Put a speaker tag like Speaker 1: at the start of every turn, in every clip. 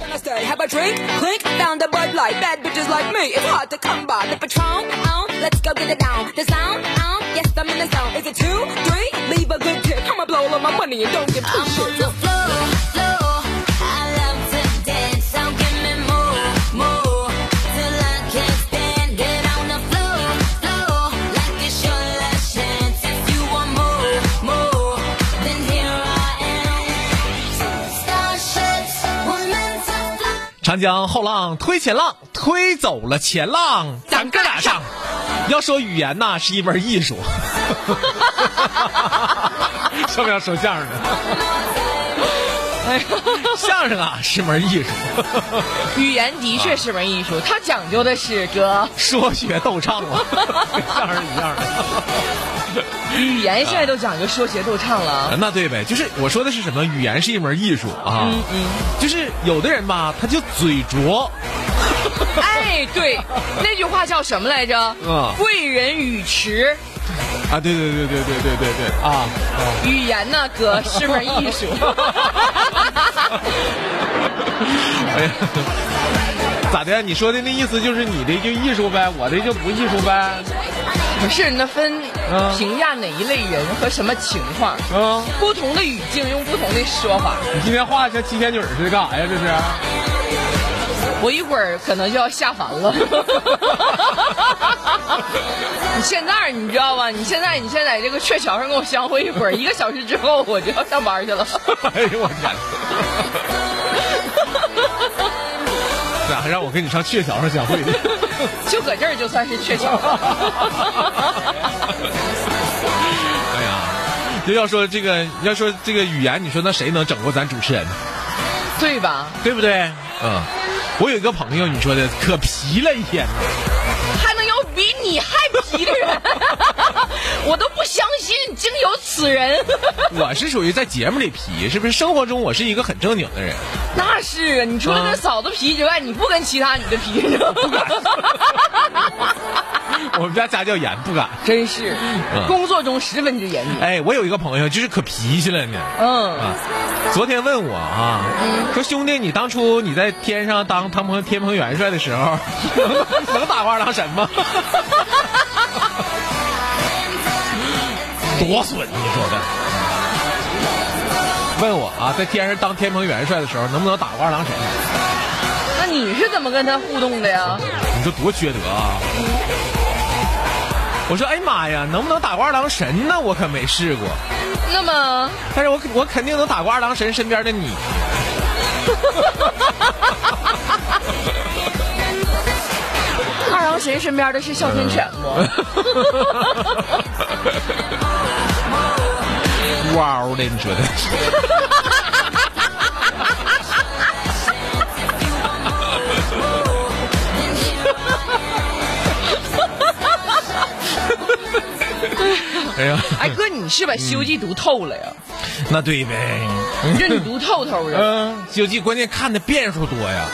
Speaker 1: gonna stay. Have a drink, clink, found a Bud Light. Bad bitches like me, it's hard to come by. The Patron, on, let's go get it down. The sound, on, yes, I'm in the zone. Is it two, three? Leave a good tip. I'ma blow all my money and don't give two shits.
Speaker 2: the floor, floor. I love to dance, so give me more, more. Till I can't stand, get on the floor, floor. Like it's your last chance. If you want more, more, then here I am. Starships, we're meant to fly.
Speaker 3: 长江后浪推前浪，推走了前浪，咱哥俩上。要说语言呐，是一门艺术。 上不要说相声的？哎呀，相声啊是门艺术，
Speaker 4: 语言的确是门艺术，它讲究的是哥，
Speaker 3: 说学逗唱啊，跟相声一样的。
Speaker 4: 语言现在都讲究说学逗唱了。
Speaker 3: 啊
Speaker 5: 啊
Speaker 3: 那对呗，就是我说的是什么？语言是一门艺术啊。嗯嗯。就是有的人吧，他就嘴拙，
Speaker 4: 哎，对，那句话叫什么来着？
Speaker 5: 啊
Speaker 3: 嗯
Speaker 4: 贵人语迟，
Speaker 3: 啊，对对对对对对对对啊！
Speaker 4: 语言呢，哥是门艺 术。
Speaker 3: 咋的？你说的那意思就是你的就艺术呗，我的就不艺术呗？
Speaker 4: 不是，那分
Speaker 5: 啊
Speaker 3: 嗯
Speaker 4: 评价哪一类人和什么情况，
Speaker 3: 嗯，
Speaker 4: 不同的语境用不同的说法。
Speaker 3: 你今天画的像七仙女似的干啥呀？这是？
Speaker 4: 我一会儿可能就要下凡了。 你现在你知道吧？你现在你现在在这个鹊桥上跟我相会一会儿，一个小时之后我就要上班去了。
Speaker 3: 哎呦我天！ 咋还让我跟你上鹊桥上相会呢？
Speaker 4: 就搁这儿就算是鹊 桥了。
Speaker 3: 哎呀，就要说这个，要说这个语言，你说那谁能整过咱主持人？
Speaker 4: 对吧？
Speaker 3: 对不对？嗯，我有一个朋友，你说的可皮了一天。
Speaker 4: 还能有比你还皮的人？ 我都不相信，竟有此人。
Speaker 3: 我是属于在节目里皮，是不是？生活中我是一个很正经的人，
Speaker 4: 那是啊，你除了跟
Speaker 3: 嗯
Speaker 4: 嫂子皮之外，你不跟其他女的皮，不敢。
Speaker 3: 我们家家教严，不敢。
Speaker 4: 真是，工作中十分之严厉。
Speaker 3: 哎，我有一个朋友，就是可脾气了呢。
Speaker 4: 嗯，
Speaker 3: 啊，昨天问我啊，说兄弟，你当初你在天上当当鹏天鹏元帅的时候， 能能打二郎神吗？ 多损，你说的。问我啊，在天上当天蓬元帅的时候，能不能打过二郎神？
Speaker 4: 那你是怎么跟他互动的呀？
Speaker 3: 你说多缺德啊！我说，哎呀妈呀，能不能打过二郎神呢？我可没试过，
Speaker 4: 那么，
Speaker 3: 但是我我肯定能打过二郎神身边的你。
Speaker 4: 二郎神身边的是哮天犬不？
Speaker 3: 哇哦的，你说的。哎呀，
Speaker 4: 哎哥，你是把《西游记》读透了 呀？
Speaker 3: 那对呗。
Speaker 4: 你这你读透透的。
Speaker 3: 嗯，《西游记》关键看的遍数多呀。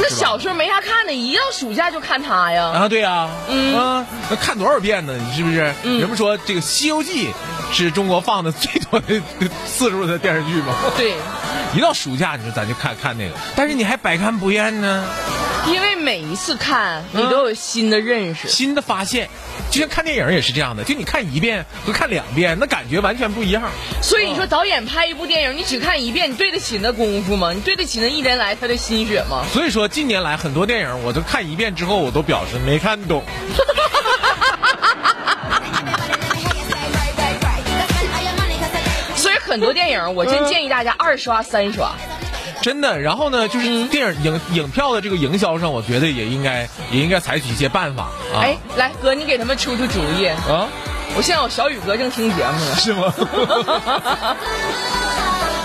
Speaker 4: 那小时候没啥看的，一到暑假就看他呀。
Speaker 3: 啊，对呀。嗯。啊，那看多少遍呢？你是不是？人们说这个《西游记》是中国放的最多的次数的电视剧吗？
Speaker 4: 对，
Speaker 3: 一到暑假，你说咱就看看那个，但是你还百看不厌呢。
Speaker 4: 因为每一次看你都有新的认识。
Speaker 3: 新的发现，就像看电影也是这样的，就你看一遍和看两遍，那感觉完全不一样。
Speaker 4: 所以你说导演拍一部电影，你只看一遍，你对得起那功夫吗？你对得起那一年来他的心血吗？
Speaker 3: 所以说，近年来很多电影，我都看一遍之后，我都表示没看懂。
Speaker 4: 所以很多电影，我真建议大家二刷、三刷。
Speaker 3: 真的，然后呢，就是电影影影票的这个营销上，我觉得也应该也应该采取一些办法啊。
Speaker 4: 哎，来哥，你给他们出出主意。
Speaker 3: 啊，
Speaker 4: 我现在我小雨哥正听节目 呢。
Speaker 3: 是吗？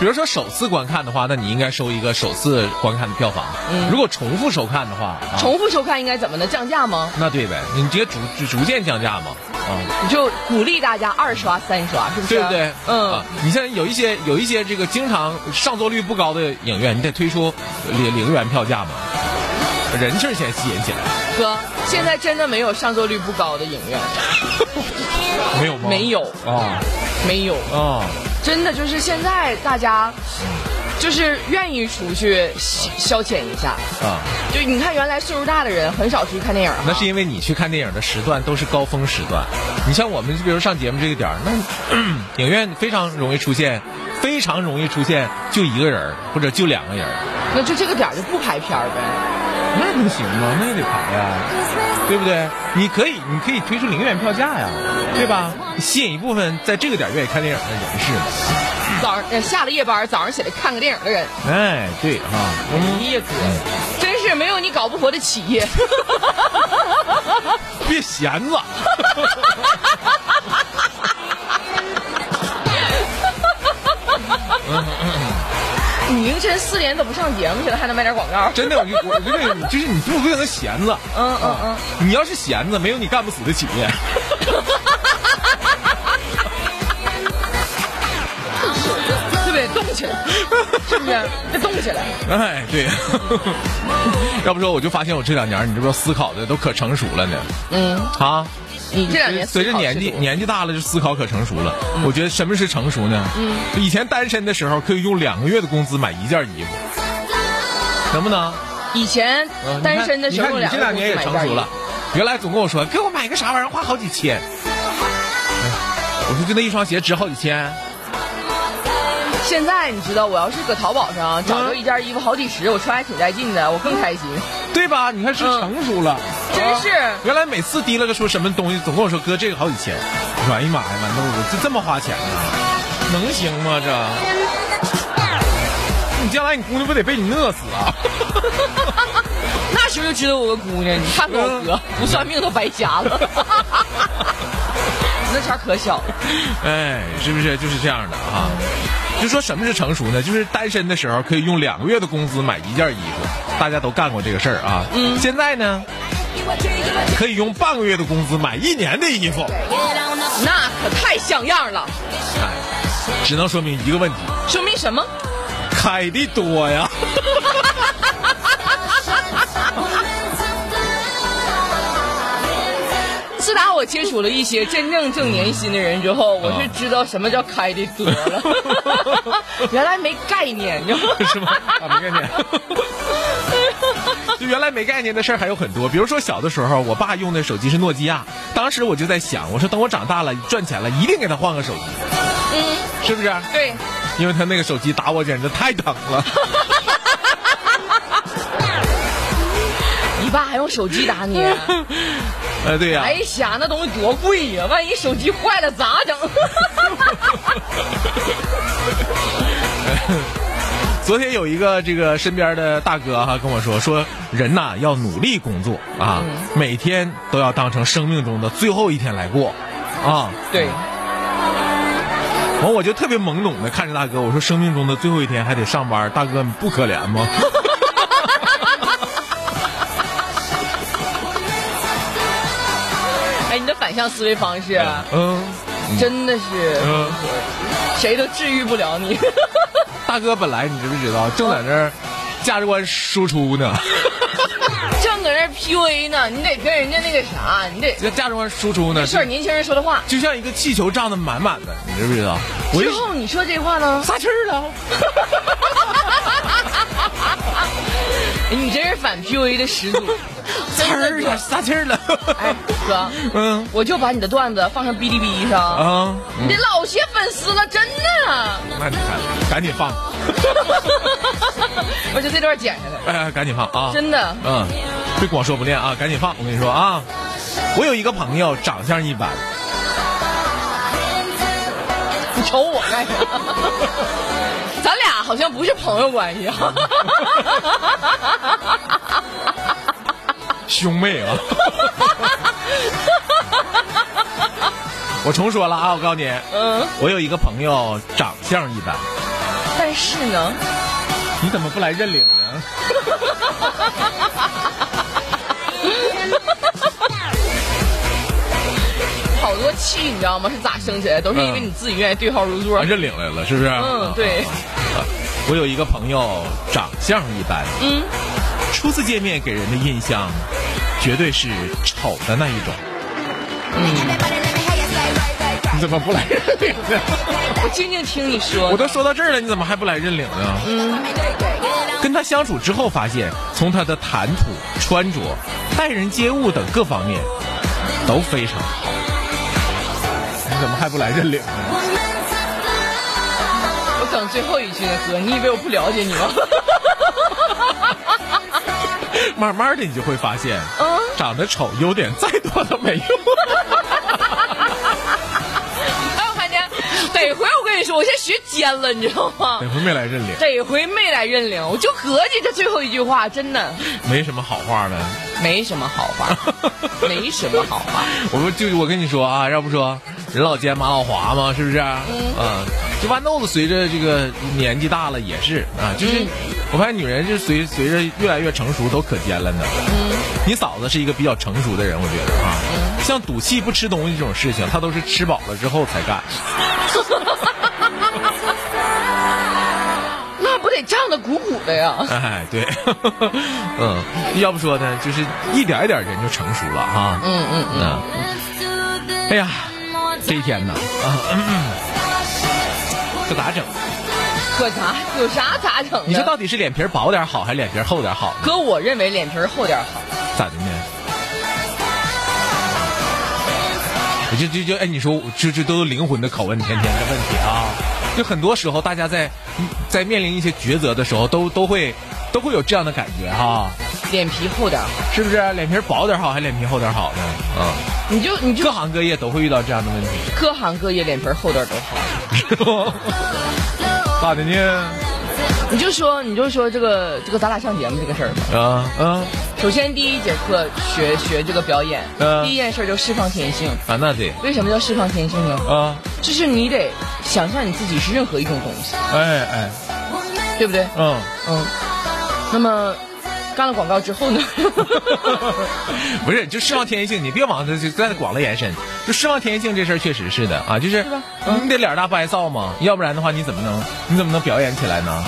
Speaker 3: 比如说首次观看的话，那你应该收一个首次观看的票房。如果重复收看的话，啊、
Speaker 4: 嗯重复收看应该怎么的？降价吗？
Speaker 3: 那对呗，你直接逐逐逐渐降价嘛，啊、
Speaker 4: 你就鼓励大家二刷、三刷，是不是？
Speaker 3: 对不对？
Speaker 4: 嗯。
Speaker 3: 啊你像有一些有一些这个经常上座率不高的影院，你得推出零零元票价嘛，人气儿先吸引起来，
Speaker 4: 哥，现在真的没有上座率不高的影院，
Speaker 3: 没有吗？
Speaker 4: 没有
Speaker 3: 啊
Speaker 4: 没有，
Speaker 3: 啊，
Speaker 4: 真的就是现在大家就是愿意出去消消遣一下。
Speaker 3: 啊，
Speaker 4: 就你看，原来岁数大的人很少出去看电影啊，
Speaker 3: 那是因为你去看电影的时段都是高峰时段，你像我们比如上节目这个点儿，那嗯影院非常容易出现，非常容易出现就一个人儿或者就两个人儿，
Speaker 4: 那就这个点儿就不拍片儿呗。
Speaker 3: 那不行吗？那也得排呀，对不对？你可以，你可以推出零元票价呀，对吧？吸引一部分在这个点儿愿意看电影的人士嘛。
Speaker 4: 早上呃下了夜班，早上起来看个电影的人，
Speaker 3: 哎，对啊，
Speaker 4: 哎呀哥，真是没有你搞不活的企业。
Speaker 3: 别闲着。
Speaker 4: 你凌晨四点都不上节目去了，还能卖点广告？
Speaker 3: 真的，我就我就跟你，就是你不可能闲着。
Speaker 4: 嗯嗯嗯，
Speaker 3: 你要是闲着，没有你干不死的企业。
Speaker 4: 对不对？动起来，是不是？得动起来。
Speaker 3: 哎，对。 要不说我就发现我这两年，你这不思考的都可成熟了呢。
Speaker 4: 嗯，
Speaker 3: 啊，
Speaker 4: 你这两年
Speaker 3: 随着
Speaker 4: 思考嗯
Speaker 3: 年纪
Speaker 4: 是多
Speaker 3: 年纪大了，就思考可成熟了。我觉得什么是成熟呢？
Speaker 4: 嗯
Speaker 3: 以前单身的时候可以用两个月的工资买一件衣服，能不能？
Speaker 4: 以前
Speaker 3: 嗯你看
Speaker 4: 单身的时候，
Speaker 3: 你看你这两年也
Speaker 4: 个
Speaker 3: 成
Speaker 4: 公司买一
Speaker 3: 熟了
Speaker 4: 件衣服。，
Speaker 3: 原来总跟我说给我买个啥玩意儿花好几千，哎我说就那一双鞋值好几千，
Speaker 4: 现在你知道，我要是搁淘宝上找
Speaker 3: 嗯
Speaker 4: 着一件衣服好几十，我穿还挺带劲的，我更开心。
Speaker 3: 对吧？你看是
Speaker 4: 嗯
Speaker 3: 成熟了，
Speaker 4: 真是
Speaker 3: 啊原来每次提了个说什么东西，总跟我说哥这个好几千，我说哎呀妈呀，豌豆子就这么花钱呢、能行吗这？你将来你姑娘不得被你饿死啊？
Speaker 4: 那时候就知道我个姑娘，你看看我哥，
Speaker 3: 嗯
Speaker 4: 不算命都白瞎 了。那钱儿可小了，
Speaker 3: 哎，是不是就是这样的啊？就说什么是成熟呢？就是单身的时候可以用两个月的工资买一件衣服，大家都干过这个事儿啊。嗯。现在呢，可以用半个月的工资买一年的衣服，
Speaker 4: 那可太像样了。
Speaker 3: 哎，只能说明一个问题：
Speaker 4: 说明什么？
Speaker 3: 开的多呀。
Speaker 4: 自打我接触了一些真正正年薪的人之后，我是
Speaker 3: 嗯
Speaker 4: 知道什么叫开的多了， 原来没概念，你知道吗？
Speaker 3: 是吗？啊，没概念。 就原来没概念的事儿还有很多，比如说小的时候，我爸用的手机是诺基亚，当时我就在想，我说等我长大了赚钱了，一定给他换个手机，嗯，是不是？
Speaker 4: 对，
Speaker 3: 因为他那个手机打我简直太疼了。
Speaker 4: 你爸还用手机打你，啊
Speaker 3: 呃，对呀、
Speaker 4: 哎呀，那东西多贵呀、万一手机坏了咋整？
Speaker 3: 昨天有一个这个身边的大哥哈、跟我说，说人呐、要努力工作啊，每天都要当成生命中的最后一天来过啊。
Speaker 4: 对，
Speaker 3: 完，我就特别懵懂的看着大哥，我说生命中的最后一天还得上班，大哥你不可怜吗？
Speaker 4: 哎，你的反向思维方式啊
Speaker 3: 嗯
Speaker 4: 真的是
Speaker 3: 嗯，
Speaker 4: 谁都治愈不了你。
Speaker 3: 大哥本来你知不知道，正在那儿价值观输出呢，
Speaker 4: 正搁那儿 PUA 呢，你得跟人家那个啥，你得
Speaker 3: 这价值观输出呢，
Speaker 4: 是
Speaker 3: 就
Speaker 4: 年轻人说的话。
Speaker 3: 就像一个气球胀得满满的，你知不知道？我
Speaker 4: 之
Speaker 3: 就
Speaker 4: 后你说这话呢？
Speaker 3: 撒气儿了。
Speaker 4: 哎你真是反 PUA 的 始祖。
Speaker 3: 呲儿了，撒气儿 了。
Speaker 4: 哎，哥，
Speaker 3: 嗯
Speaker 4: 我就把你的段子放上哔哩哔哩上，
Speaker 3: 啊，
Speaker 4: 你得老些粉丝了，真的。
Speaker 3: 那你看，赶紧放，
Speaker 4: 我就这段剪下来，
Speaker 3: 哎呀，赶紧放啊！
Speaker 4: 真的。
Speaker 3: 嗯，别光说不练啊，赶紧放！我跟你说啊，我有一个朋友长相一般，
Speaker 4: 你瞅我干啥？ 咱俩好像不是朋友关系啊。
Speaker 3: 兄妹啊。 我重说了啊，我告诉你，
Speaker 4: 嗯，
Speaker 3: 我有一个朋友长相一般，
Speaker 4: 但是呢，
Speaker 3: 你怎么不来认领呢？
Speaker 4: 好多气你知道吗？是咋生起来的？都是因为你自己愿意对号入座
Speaker 3: 啊，。认领来了，是不是？啊
Speaker 4: 嗯，对，
Speaker 3: 我有一个朋友长相一般，
Speaker 4: 嗯，
Speaker 3: 初次见面给人的印象绝对是丑的那一种。 你怎么不来认领呢？
Speaker 4: 我静静听你说。
Speaker 3: 我都说到这儿了，你怎么还不来认领呢？跟他相处之后发现，从他的谈吐、穿着、待人接物等各方面都非常好。你怎么还不来认领呢？
Speaker 4: 我等最后一句呢，哥，你以为我不了解你吗？
Speaker 3: 慢慢的你就会发现，
Speaker 4: 嗯
Speaker 3: 长得丑优点再多都没用。
Speaker 4: 哎，我看见，得回我跟你说，我现在学尖了，你知道吗
Speaker 3: 哪？回没来认领？
Speaker 4: 得回没来认领，我就合计这最后一句话，真的
Speaker 3: 没什么好话的。
Speaker 4: 没什么好 话，没什么好 话。
Speaker 3: 我说就我跟你说啊，要不说人老奸马老滑嘛，是不是？嗯，这豌豆子随着这个年纪大了也是啊，
Speaker 4: 嗯
Speaker 3: 就是、我发现女人是随随着越来越成熟都可奸了呢。嗯，你嫂子是一个比较成熟的人，我觉得啊，
Speaker 4: 嗯
Speaker 3: 像赌气不吃东西这种事情，她都是吃饱了之后才干。
Speaker 4: 那不得胀得鼓鼓的呀？
Speaker 3: 哎，对， 嗯，要不说呢，就是一点一点人就成熟了哈、
Speaker 4: 嗯嗯嗯，
Speaker 3: 啊，哎呀，这一天呢，啊，这咋整？啊
Speaker 4: 可咋有啥咋整呢？
Speaker 3: 你说到底是脸皮薄点好，还是脸皮厚点好？
Speaker 4: 哥，我认为脸皮儿厚点儿好。
Speaker 3: 咋的呢？我就就就哎，你说这这都是灵魂的拷问，天天的问题啊！就很多时候，大家在嗯在面临一些抉择的时候，都都会都会有这样的感觉哈、
Speaker 4: 脸皮厚点儿好，
Speaker 3: 是不是？脸皮薄点好，还是脸皮厚点好呢？嗯，
Speaker 4: 你就你就
Speaker 3: 各行各业都会遇到这样的问题，
Speaker 4: 各行各业脸皮儿厚点儿都好。
Speaker 3: 是不？ 咋的呢？
Speaker 4: 你就说你就说这个这个咱俩上节目这个事儿吧。
Speaker 3: 啊啊
Speaker 4: 首先第一节课学学这个表演，
Speaker 3: 嗯
Speaker 4: 第一件事儿就释放天性。
Speaker 3: 啊！那得
Speaker 4: 为什么叫释放天性呢？
Speaker 3: 啊，
Speaker 4: 就是你得想象你自己是任何一种东西，
Speaker 3: 哎哎，
Speaker 4: 对不对？
Speaker 3: 嗯。
Speaker 4: 嗯。那么干了广告 之后呢？
Speaker 3: 不是，就释放天性，你别往这就再广了延伸。就释放天性这事儿，确实是的啊，就是
Speaker 4: 吧嗯
Speaker 3: 你得脸大不挨臊嘛，要不然的话，你怎么能你怎么能表演起来呢？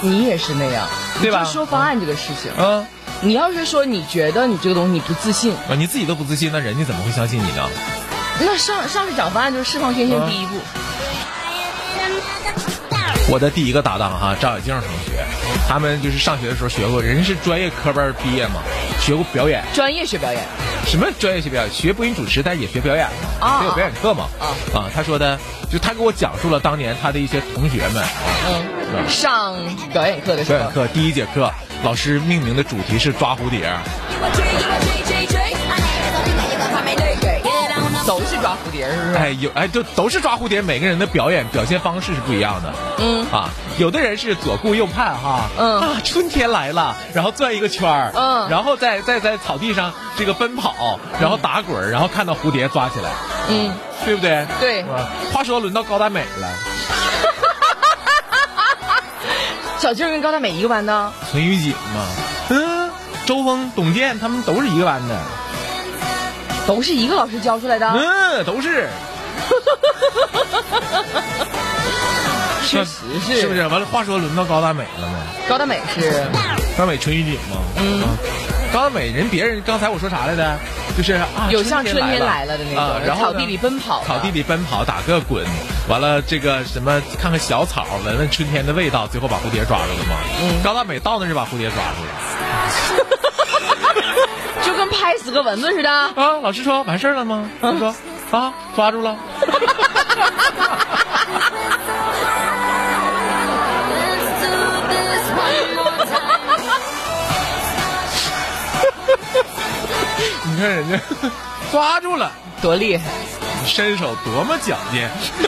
Speaker 4: 你也是那样，
Speaker 3: 对吧
Speaker 4: 你就说方案这个事情，
Speaker 3: 啊，
Speaker 4: 你要是说你觉得你这个东西你不自信，
Speaker 3: 啊你自己都不自信，那人家怎么会相信你呢？
Speaker 4: 那上上去讲方案就是释放天性
Speaker 3: 嗯
Speaker 4: 第一步。
Speaker 3: 我的第一个搭档哈、赵小静同学，他们就是上学的时候学过，人家是专业科班毕业嘛，学过表演，
Speaker 4: 专业学表演，
Speaker 3: 什么专业学表演？学播音主持，但也学表演嘛，
Speaker 4: 啊
Speaker 3: 也有表演课嘛。
Speaker 4: 啊
Speaker 3: 啊，他说的，就他给我讲述了当年他的一些同学们。
Speaker 4: 嗯，上表演课的时
Speaker 3: 表演
Speaker 4: 候，
Speaker 3: 课第一节课，老师命名的主题是抓蝴蝶。
Speaker 4: 都是抓蝴蝶，是不是？
Speaker 3: 哎，有哎，就都是抓蝴蝶，每个人的表演表现方式是不一样的。
Speaker 4: 嗯
Speaker 3: 啊，有的人是左顾右盼哈，
Speaker 4: 嗯
Speaker 3: 啊，春天来了，然后转一个圈儿，
Speaker 4: 嗯
Speaker 3: 然后再再在草地上这个奔跑，然后打滚儿，然后看到蝴蝶抓起来，
Speaker 4: 嗯，
Speaker 3: 对不对？
Speaker 4: 对
Speaker 3: 啊话说轮到高大美了，
Speaker 4: 小静跟高大美一个班的，
Speaker 3: 陈玉锦嘛，嗯，周峰、董健他们都是一个班的，
Speaker 4: 啊都是一个老师教出来的。
Speaker 3: 嗯，都是。
Speaker 4: 确实是
Speaker 3: 是不是？完了，话说轮到高大美了吗？
Speaker 4: 高大美是
Speaker 3: 高美春雨锦吗？嗯。高大美人别人刚才我说啥来着？就是啊，
Speaker 4: 有像
Speaker 3: 春
Speaker 4: 春天
Speaker 3: 来
Speaker 4: 来了的那种
Speaker 3: 啊、然后呢
Speaker 4: 草地里奔跑的
Speaker 3: 草地里奔跑，打个滚，完了这个什么，看看小草，闻闻春天的味道，最后把蝴蝶抓住了吗？嗯。高大美到那是把蝴蝶抓住了，
Speaker 4: 死个蚊子似的。
Speaker 3: 啊，老师说完事儿了吗？他说啊，抓住了。
Speaker 2: Let's do this one more time.
Speaker 3: 你看人家 抓住了，
Speaker 4: 多厉害！
Speaker 3: 身手多么矫健。